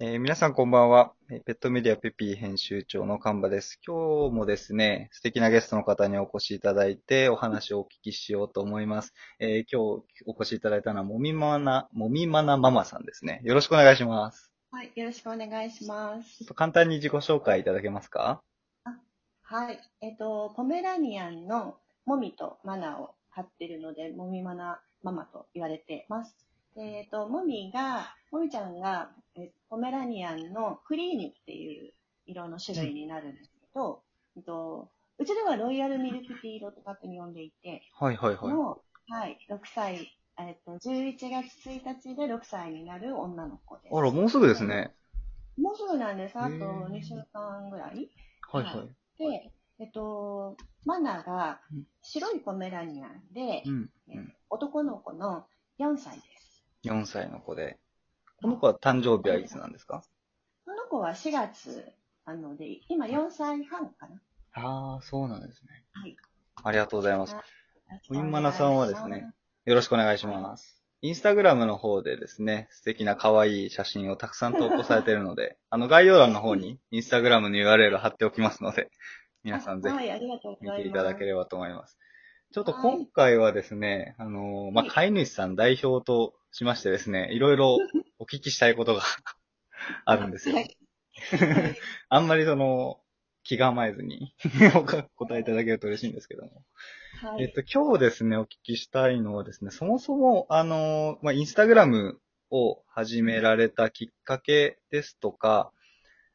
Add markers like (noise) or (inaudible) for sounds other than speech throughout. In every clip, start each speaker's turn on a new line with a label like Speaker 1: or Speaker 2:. Speaker 1: えー皆さんこんばんは。えーペットメディアペピー編集長のカンバです。今日もですね、素敵なゲストの方にお越しいただいてお話をお聞きしようと思います。えー今日お越しいただいたのはもみまな、もみまなママさんですね。よろしくお願いします。
Speaker 2: はい、よろしくお願いしま
Speaker 1: ちょ
Speaker 2: す
Speaker 1: っ。と簡単に自己紹介いただけますか
Speaker 2: はい、えっ、と、ポメラニアンのもみとマナを飼ってるので、もみマナママと言われてます。えっ、と、もみが、もみちゃんが、えーポメラニアンのクリーニっていう色の種類になるんですけど、えっと、うちではロイヤルミルクティー色とかって呼んでいて、
Speaker 1: はいはいはい。
Speaker 2: の、はい、6歳、えっ、と、11月1日で6歳になる女の子です。
Speaker 1: あら、もうすぐですね。
Speaker 2: もうすぐなんです。あと
Speaker 1: へー
Speaker 2: 2週間ぐらい
Speaker 1: はい
Speaker 2: は
Speaker 1: はい
Speaker 2: い。で、えっと、マナが
Speaker 1: うん
Speaker 2: 白いポメラニアンで、
Speaker 1: うん。
Speaker 2: 男の子の4歳です。
Speaker 1: 4歳の子で。この子は誕生日はいつなんですか
Speaker 2: この子は4月なので、今4歳半かな。
Speaker 1: ああ、そうなんですね。
Speaker 2: はい。
Speaker 1: ありがとうございます。
Speaker 2: お願いします
Speaker 1: ウィンマナさんはですね。よろしくお願いします。インスタグラムの方でですね、素敵な可愛い写真をたくさん投稿されているので、 (laughs) あの概要欄の方にインスタグラムの URL 貼っておきますので、皆さんぜ
Speaker 2: あは
Speaker 1: ひ
Speaker 2: い、ありがとうご
Speaker 1: 見
Speaker 2: ざいます。
Speaker 1: ていただけ
Speaker 2: れ
Speaker 1: ればと思います。ちょっと今回はですね、あのー、まあ、
Speaker 2: はい
Speaker 1: 飼い主さん代表としましてですね、いろい
Speaker 2: (laughs)
Speaker 1: ろお聞きしたいことが (laughs) あるんですよ
Speaker 2: は。い。
Speaker 1: (laughs)
Speaker 2: はい
Speaker 1: あんまりその、気構えずに (laughs) お答えいただけると嬉しいんですけども。
Speaker 2: はい
Speaker 1: えっと、今日ですね、お聞きしたいのはですね、そもそも、あの、まあ、インスタグラムを始められたきっかけですとか、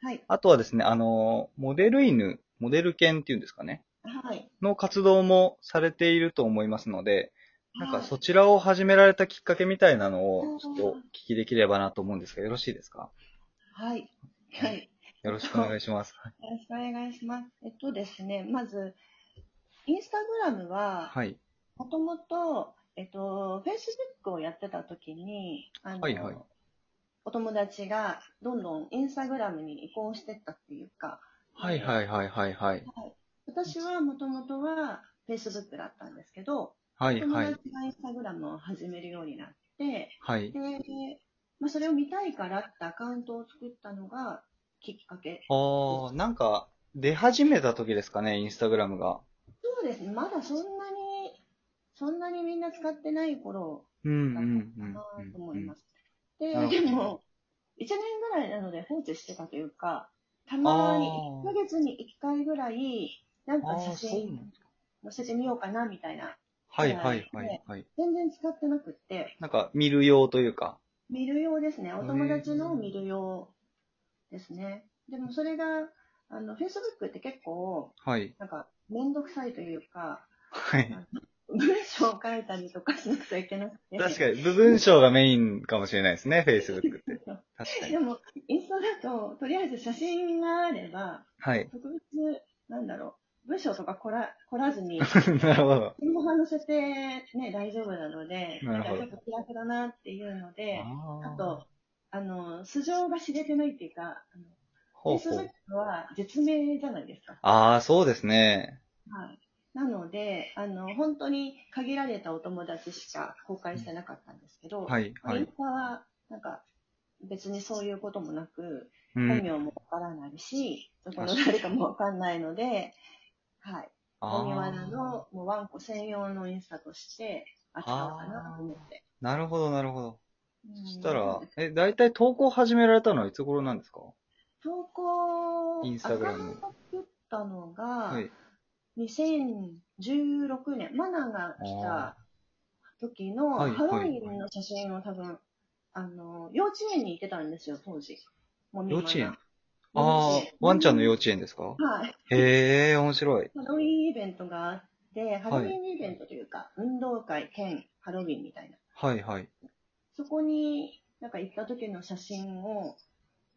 Speaker 2: はい。
Speaker 1: あとはですね、あの、モデル犬、モデル犬っていうんですかね、
Speaker 2: はい。
Speaker 1: の活動もされていると思いますので、なんか
Speaker 2: はい
Speaker 1: そちらを始められたきっかけみたいなの
Speaker 2: う
Speaker 1: を、
Speaker 2: ん
Speaker 1: ちょっとお聞きできればなと思うんですが、よろしいですか
Speaker 2: はい。はい。
Speaker 1: よろしくお願いします。
Speaker 2: よろしくお願いします。えっとですね、まず、インスタグラムは、
Speaker 1: はい。
Speaker 2: もともと、えっと、フェイスブックをやってた時に、あの、
Speaker 1: はいはい
Speaker 2: お友達がどんどんインスタグラムに移行してったっていうか、
Speaker 1: はいはいはいはいはい。
Speaker 2: 私はもともとはフェイスブックだったんですけど、
Speaker 1: はい
Speaker 2: 友
Speaker 1: は
Speaker 2: 達
Speaker 1: い。
Speaker 2: がインスタグラムを始めるようになって、
Speaker 1: はい
Speaker 2: で。、まあ、それを見たいからってアカウントを作ったのがきっかけ。
Speaker 1: ああ、なんか、出始めた時ですかね、インスタグラムが。
Speaker 2: そうですね、まだそんなに、そんなにみんな使ってない頃
Speaker 1: うん
Speaker 2: だ
Speaker 1: うん
Speaker 2: った
Speaker 1: うん。
Speaker 2: かなと思いますす。
Speaker 1: なるほ
Speaker 2: で、
Speaker 1: ど
Speaker 2: でも、1年ぐらいなので放置してたというか、た
Speaker 1: あ
Speaker 2: ま
Speaker 1: ー
Speaker 2: に1ヶ月に1回ぐらい、なん
Speaker 1: ああ、
Speaker 2: か写
Speaker 1: そうな
Speaker 2: 真
Speaker 1: んですか。
Speaker 2: 載せてみようかなみたいな、
Speaker 1: はいはいはいはい。
Speaker 2: 全然使ってなくって、
Speaker 1: なんか、見る用というか。
Speaker 2: 見る用ですね。お友達の
Speaker 1: へー
Speaker 2: 見る用ですね。でもそれが、あの、Facebook って結構、
Speaker 1: はい。
Speaker 2: なんか、めんどくさいというか、
Speaker 1: はい。
Speaker 2: 文章を書いたりとかしなくちゃいけなくて。
Speaker 1: 確かに、部分章がメインかもしれないですね、Facebook って。確かに
Speaker 2: で。も、インスタだと、とりあえず写真があれば、
Speaker 1: はい。
Speaker 2: 特別、なんだろう、文章とか凝ら凝ら
Speaker 1: (laughs)
Speaker 2: ずに、
Speaker 1: (laughs) なるほど。
Speaker 2: 後半乗せて、ね、大丈夫なので、
Speaker 1: なる
Speaker 2: ん
Speaker 1: ほ
Speaker 2: か
Speaker 1: ど
Speaker 2: ちょっと気楽だなっていうので、あ
Speaker 1: あ
Speaker 2: と、あの、素性が知れてないっていうか、あの
Speaker 1: ほう
Speaker 2: Facebook
Speaker 1: ほう。
Speaker 2: は絶明じゃないですか。
Speaker 1: ああ、そうですね。
Speaker 2: はい。なので、あの、本当に限られたお友達しか公開してなかったんですけど、
Speaker 1: はいは
Speaker 2: イン
Speaker 1: い
Speaker 2: ス。タは、なんか、別にそういうこともなく、
Speaker 1: う
Speaker 2: 本
Speaker 1: ん。
Speaker 2: 名もわからないし、どこの誰かもわかんないので、はい。お庭な
Speaker 1: あ
Speaker 2: ど、もうワンコ専用のインスタとして扱おうかなと思って。
Speaker 1: ーなるほど、なるほど。
Speaker 2: うん
Speaker 1: そしたら、え、だいたい投稿始められたのはいつ頃なんですか
Speaker 2: 投稿、
Speaker 1: インスタグラム
Speaker 2: アカウント作ったのが、
Speaker 1: はい。
Speaker 2: 2016年、マナが来た時の
Speaker 1: はい
Speaker 2: ハロウィンの写真を多分、あの、幼稚園に行ってたんですよ、当時。もみ
Speaker 1: 幼
Speaker 2: まな
Speaker 1: 稚園
Speaker 2: 幼
Speaker 1: ああ
Speaker 2: 稚園、
Speaker 1: ワンちゃんの幼稚園ですか
Speaker 2: はい。
Speaker 1: へえ、面白い。
Speaker 2: ハロウィンイベントがあって、ハロウィンイベントというか、運動会兼ハロウィンみたいな。
Speaker 1: はいはい。
Speaker 2: そこに、なんか行った時の写真を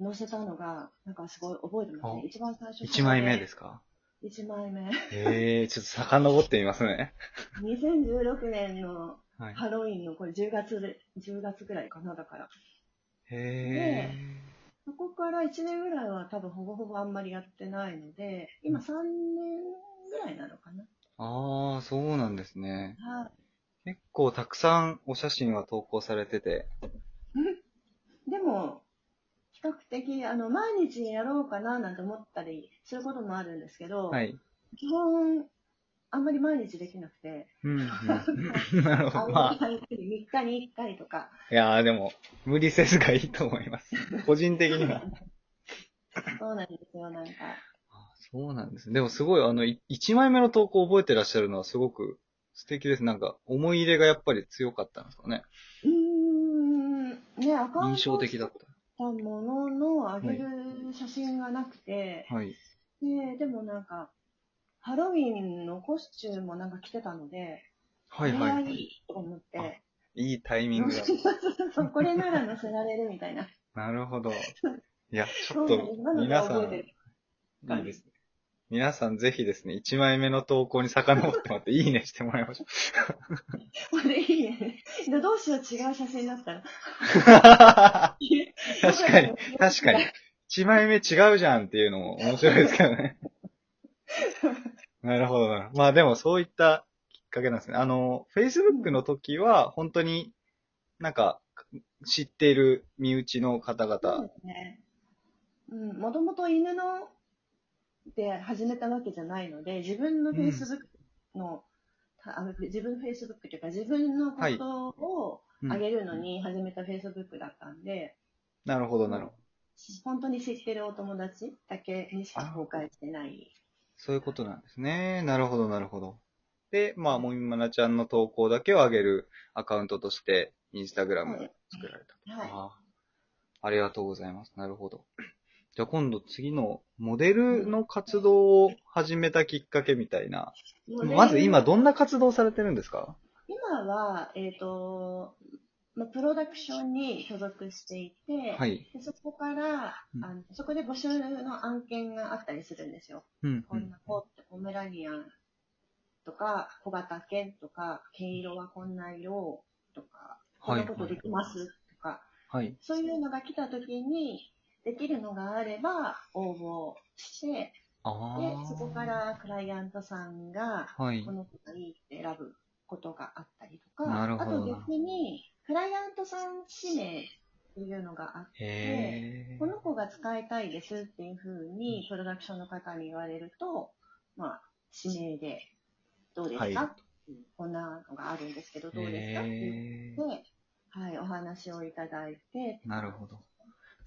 Speaker 2: 載せたのが、なんかすごい覚えてますね。
Speaker 1: あ
Speaker 2: 一番最初、。
Speaker 1: 一枚目ですすか
Speaker 2: 一枚目。 (laughs)
Speaker 1: へえ、ちょっと遡ってみますね。
Speaker 2: 2016年の
Speaker 1: はい。
Speaker 2: ハロウィンの、これ10月で、10月ぐらいかな、だから。
Speaker 1: へ
Speaker 2: そこから1年ぐらいは多分ほぼほぼあんまりやってないので、今3年ぐらいなのかな。
Speaker 1: ーああ、そうなんですね。
Speaker 2: はい。
Speaker 1: 結構たくさんお写真は投稿されてて。
Speaker 2: でも、比比較的、あの、毎日やろうかななんて思ったりすることもあるんですけど、
Speaker 1: はい。
Speaker 2: 基本、あんまり毎日できなくて、
Speaker 1: うん、うん。 (laughs) なるほ
Speaker 2: あ
Speaker 1: ど。
Speaker 2: の
Speaker 1: まあ、
Speaker 2: 3日に1回とか、
Speaker 1: いやーでも、無理せずがいいと思います。個人的には。
Speaker 2: そうなんですよ、なんか。
Speaker 1: あそうなんですね。でもすごい、あの、い一枚目の投稿を覚えてらっしゃるのはすごく素敵です。なんか、思い入れがやっぱり強かったんですかね。
Speaker 2: うーん、ね、アカウン
Speaker 1: 印
Speaker 2: トを
Speaker 1: 象
Speaker 2: 作
Speaker 1: 的だっ
Speaker 2: っ
Speaker 1: た
Speaker 2: ものの、上げる写真がなくて、
Speaker 1: た。はい。
Speaker 2: で、でもなんか、ハロウィンのコスチュームもなんか着てたので、
Speaker 1: はい
Speaker 2: これ
Speaker 1: は。
Speaker 2: はいいいと思って、
Speaker 1: いいタイミングだ。
Speaker 2: (laughs) そうこれなら載せられるみたいな。
Speaker 1: なる
Speaker 2: (laughs)
Speaker 1: ほど。いや、ち
Speaker 2: そ
Speaker 1: ょっ
Speaker 2: うなんで
Speaker 1: と
Speaker 2: すな、
Speaker 1: 皆さん、
Speaker 2: ので覚えてる
Speaker 1: いいですね。皆さんぜひですね、一枚目の投稿に遡ってもらって、いいねしてもらいま
Speaker 2: (laughs)
Speaker 1: しょう。
Speaker 2: これいいね。でどうしよう違う写真だったら。
Speaker 1: 確
Speaker 2: 確
Speaker 1: かに、確かに。一枚目違うじゃんっていうのも面白いですけど
Speaker 2: (laughs)
Speaker 1: ね。なるほどなるほど。まあでもそういったきっかけなんですね。あの、Facebook の時は本当になんか知っている身内の方
Speaker 2: そう
Speaker 1: 々。
Speaker 2: ですね。うん、もともと犬ので始めたわけじゃないので、自分の
Speaker 1: うん
Speaker 2: Facebook の、たあの自分の Facebook というか、自分のことを
Speaker 1: うん
Speaker 2: あげるのに始めた Facebook だったんで、
Speaker 1: なるほどなるほど。
Speaker 2: し本当に知ってるお友達だけにしか公開してない。
Speaker 1: そういうことなんですね。なるほどなるほど。で、まあ、もみまなちゃんの投稿だけを上げるアカウントとして、インスタグラムを作られた。
Speaker 2: はい。
Speaker 1: ああありがとうございます。なるほど。じゃあ今度次のモデルの活動を始めたきっかけみたいな。まず今どんな活動されてるんですか
Speaker 2: 今は、えっ、と、まあプロダクションに所属していて、
Speaker 1: はい。
Speaker 2: でそこから、
Speaker 1: うん
Speaker 2: あのそこで募集の案件があったりするんですよ。
Speaker 1: うん、う
Speaker 2: こん
Speaker 1: ん
Speaker 2: な。子ってポメラニアンとか、小型犬とか、毛色はこんな色とか、こん
Speaker 1: はい
Speaker 2: なことできますとか、
Speaker 1: はい。
Speaker 2: そういうのが来た時に、できるのがあれば応募して、
Speaker 1: あ
Speaker 2: で
Speaker 1: あ。、
Speaker 2: そこか。らクライアントさんが、
Speaker 1: はい
Speaker 2: こ。の子がいいって選ぶことがあったりとか、
Speaker 1: なるほ
Speaker 2: あ
Speaker 1: ど
Speaker 2: と逆に、クライアントさん指名っていうのがあって、
Speaker 1: へえ
Speaker 2: こ。の子が使いたいですっていうふうに、プロダクションの方に言われると、まあ、指名で、どうですか、
Speaker 1: はい
Speaker 2: こんなのがあるんですけど、どうですかっていう
Speaker 1: へえ
Speaker 2: こ。とで、はい、お話をいただいて、
Speaker 1: なるほど。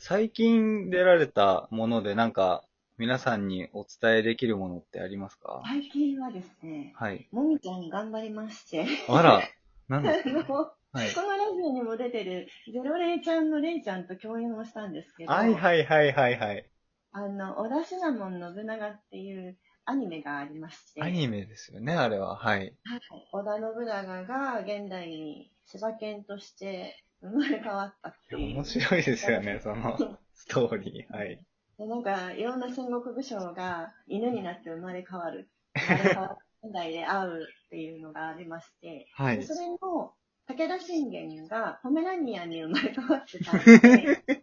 Speaker 1: 最近出られたものでなんか皆さんにお伝えできるものってありますか
Speaker 2: 最近はですね、
Speaker 1: はい。
Speaker 2: もみちゃん頑張りまして、
Speaker 1: あ
Speaker 2: (laughs)
Speaker 1: ら、なん
Speaker 2: あ
Speaker 1: だ
Speaker 2: のこ
Speaker 1: はい。
Speaker 2: のラジオにも出てる、ゼロレイちゃんのレイちゃんと共演をしたんですけど、
Speaker 1: はいはいはいはいはい。
Speaker 2: あの、小田シナモン信長っていうアニメがありまして、
Speaker 1: アニメですよね、あれは。はい。
Speaker 2: はい、織田信長が現代に柴犬として生まれ変わったっていう。
Speaker 1: 面白いですよ
Speaker 2: (laughs)
Speaker 1: ね、そのストーリー。はい。
Speaker 2: でなんか、いろんな戦国武将が犬になって生まれ変わる。生まれ変わる現代で会うっていうのがありまして、
Speaker 1: は
Speaker 2: で
Speaker 1: い
Speaker 2: そ。れも武田信玄がポメラニアンに生まれ変わってたん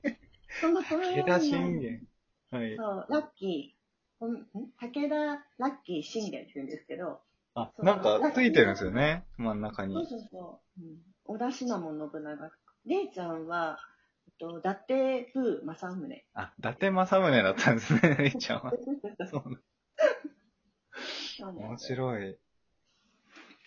Speaker 2: で、
Speaker 1: (laughs)
Speaker 2: そのポメ
Speaker 1: 武田
Speaker 2: ラニア
Speaker 1: 信
Speaker 2: ン、
Speaker 1: 玄。はい。
Speaker 2: そう、ラッキー、ほんん武田ラッキー信玄って言うんですけど、
Speaker 1: あ、なんかついてるんですよね、真ん中
Speaker 2: そう
Speaker 1: に。
Speaker 2: そうそう。うん、織田信長信長。れいちゃんは、えっと、伊達風正宗。
Speaker 1: あ、伊達政宗だったんですね、
Speaker 2: (laughs)
Speaker 1: レイちゃんは。そう
Speaker 2: そうなん
Speaker 1: 面
Speaker 2: ですよ
Speaker 1: 白い。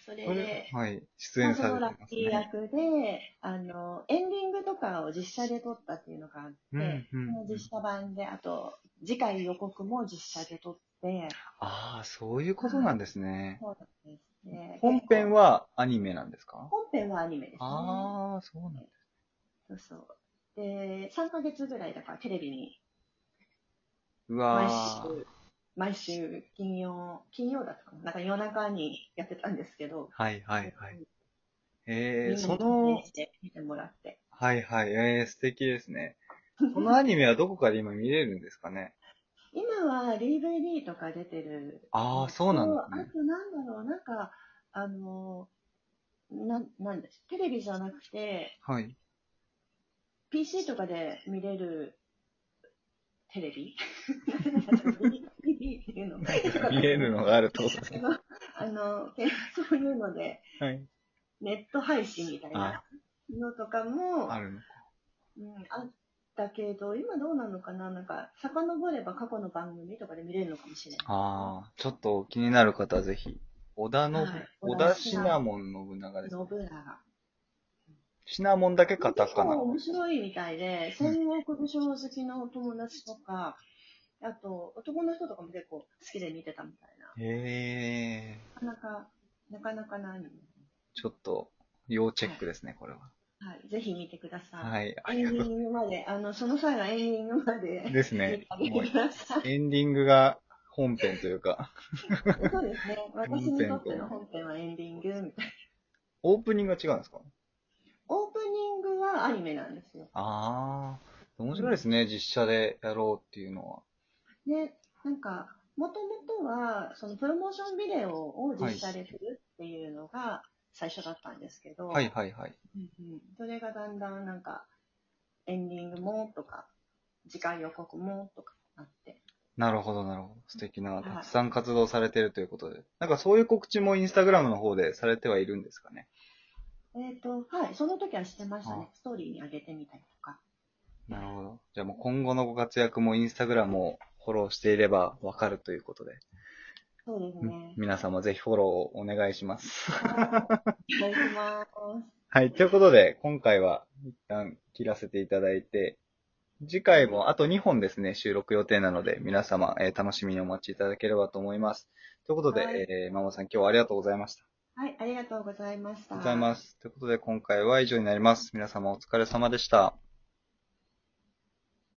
Speaker 2: それ
Speaker 1: これ
Speaker 2: で、、
Speaker 1: はい。出
Speaker 2: まあ
Speaker 1: 演
Speaker 2: そ
Speaker 1: されて
Speaker 2: の
Speaker 1: ま
Speaker 2: ラッ
Speaker 1: す
Speaker 2: キー
Speaker 1: ね。
Speaker 2: 役で、あの、エンディングとかを実写で撮ったっていうのがあって、
Speaker 1: うんう
Speaker 2: そ
Speaker 1: ん
Speaker 2: の。実写版で、あと、次回予告も実写で撮って、
Speaker 1: ああ、そういうことなんですね。
Speaker 2: そうなんですね。
Speaker 1: 本編
Speaker 2: は
Speaker 1: はアニメなんですか
Speaker 2: 本編はアニメですね。
Speaker 1: ああ、そうなんだ。
Speaker 2: そうそう。で、3ヶ月ぐらいだからテレビに
Speaker 1: う
Speaker 2: 毎
Speaker 1: わー
Speaker 2: 週、毎週金曜、金曜だったかな。なんか夜中にやってたんですけど、
Speaker 1: はいはいはい。え
Speaker 2: み
Speaker 1: ー、
Speaker 2: んな
Speaker 1: そ
Speaker 2: に
Speaker 1: の
Speaker 2: 記念、して見てもらって。
Speaker 1: はいはい、えー、素敵です
Speaker 2: (laughs)
Speaker 1: ね。このアニメはどこかで今見れるんですかね
Speaker 2: 今は DVD とか出てる。
Speaker 1: ああ、そうなんです
Speaker 2: あ
Speaker 1: ね。
Speaker 2: となんだろう、なんか、あの、な、なんです。テレビじゃなくて、
Speaker 1: はい。
Speaker 2: PC とかで見れるテレ
Speaker 1: (laughs)
Speaker 2: ビ DVD っていうの
Speaker 1: 見えるのがあると思う。
Speaker 2: (laughs) あの、けそういうので、
Speaker 1: はい。
Speaker 2: ネット配信みたいなのとかも、
Speaker 1: あるの。
Speaker 2: うん、あっだけど、今どうなのかななんか、遡れば過去の番組とかで見れるのかもしれない。
Speaker 1: ああ、ちょっと気になる方はぜひ、織田の、
Speaker 2: はい
Speaker 1: 織田シナモン信長です。
Speaker 2: 信長。
Speaker 1: シナモンだけカタカナ
Speaker 2: 結。構面白いみたいで、
Speaker 1: うん
Speaker 2: 戦国武将好きのお友達とか、あと、男の人とかも結構好きで見てたみたいな。
Speaker 1: へえ、
Speaker 2: なかなか、なかなかなアニメ。
Speaker 1: ちょっと、要チェックですね、これは。
Speaker 2: はい。ぜひ見てください。
Speaker 1: はい、あり
Speaker 2: エ
Speaker 1: が
Speaker 2: ンデ
Speaker 1: と
Speaker 2: ィングまで、あの、その際はエンディングまで
Speaker 1: う。です
Speaker 2: 見
Speaker 1: ね
Speaker 2: て。あげ
Speaker 1: もう
Speaker 2: てください。
Speaker 1: エンディングが本編というか、
Speaker 2: そうですね。私にとっての本編はエンディングみたいな。
Speaker 1: オープニングが違うんですか
Speaker 2: オープニングはアニメなんですよ。
Speaker 1: ああ、面白いですね、実写でやろうっていうのは。
Speaker 2: で、なんか、もともとは、そのプロモーションビデオを実写でするっていうのが最初だったんですけど、
Speaker 1: はいはいはい。
Speaker 2: うんうんそれがだんだんなんか、エンディングもとか、次回予告もとかあって、
Speaker 1: なるほどなるほど。素敵な、
Speaker 2: い
Speaker 1: たくさん活動されてるということで。なんかそういう告知もインスタグラムの方でされてはいるんですかね。
Speaker 2: えっ、と、はい、その時はしてましたね。ストーリーに上げてみたりとか。
Speaker 1: なるほど。じゃあもう今後のご活躍もインスタグラムをフォローしていればわかるということで、
Speaker 2: そうですね。
Speaker 1: 皆様ぜひフォローをお願いし (laughs) ます。
Speaker 2: はいいただきます。
Speaker 1: はい。ということで、今回は一旦切らせていただいて、次回もあと2本ですね、収録予定なので、皆様、えー楽しみにお待ちいただければと思います。ということで、
Speaker 2: はい
Speaker 1: えーマモさん今日はありがとうございました。
Speaker 2: はい、ありがとうございまし
Speaker 1: ありがと
Speaker 2: た。
Speaker 1: うございます。ということで、今回は以上になります。皆様お疲れ様でした。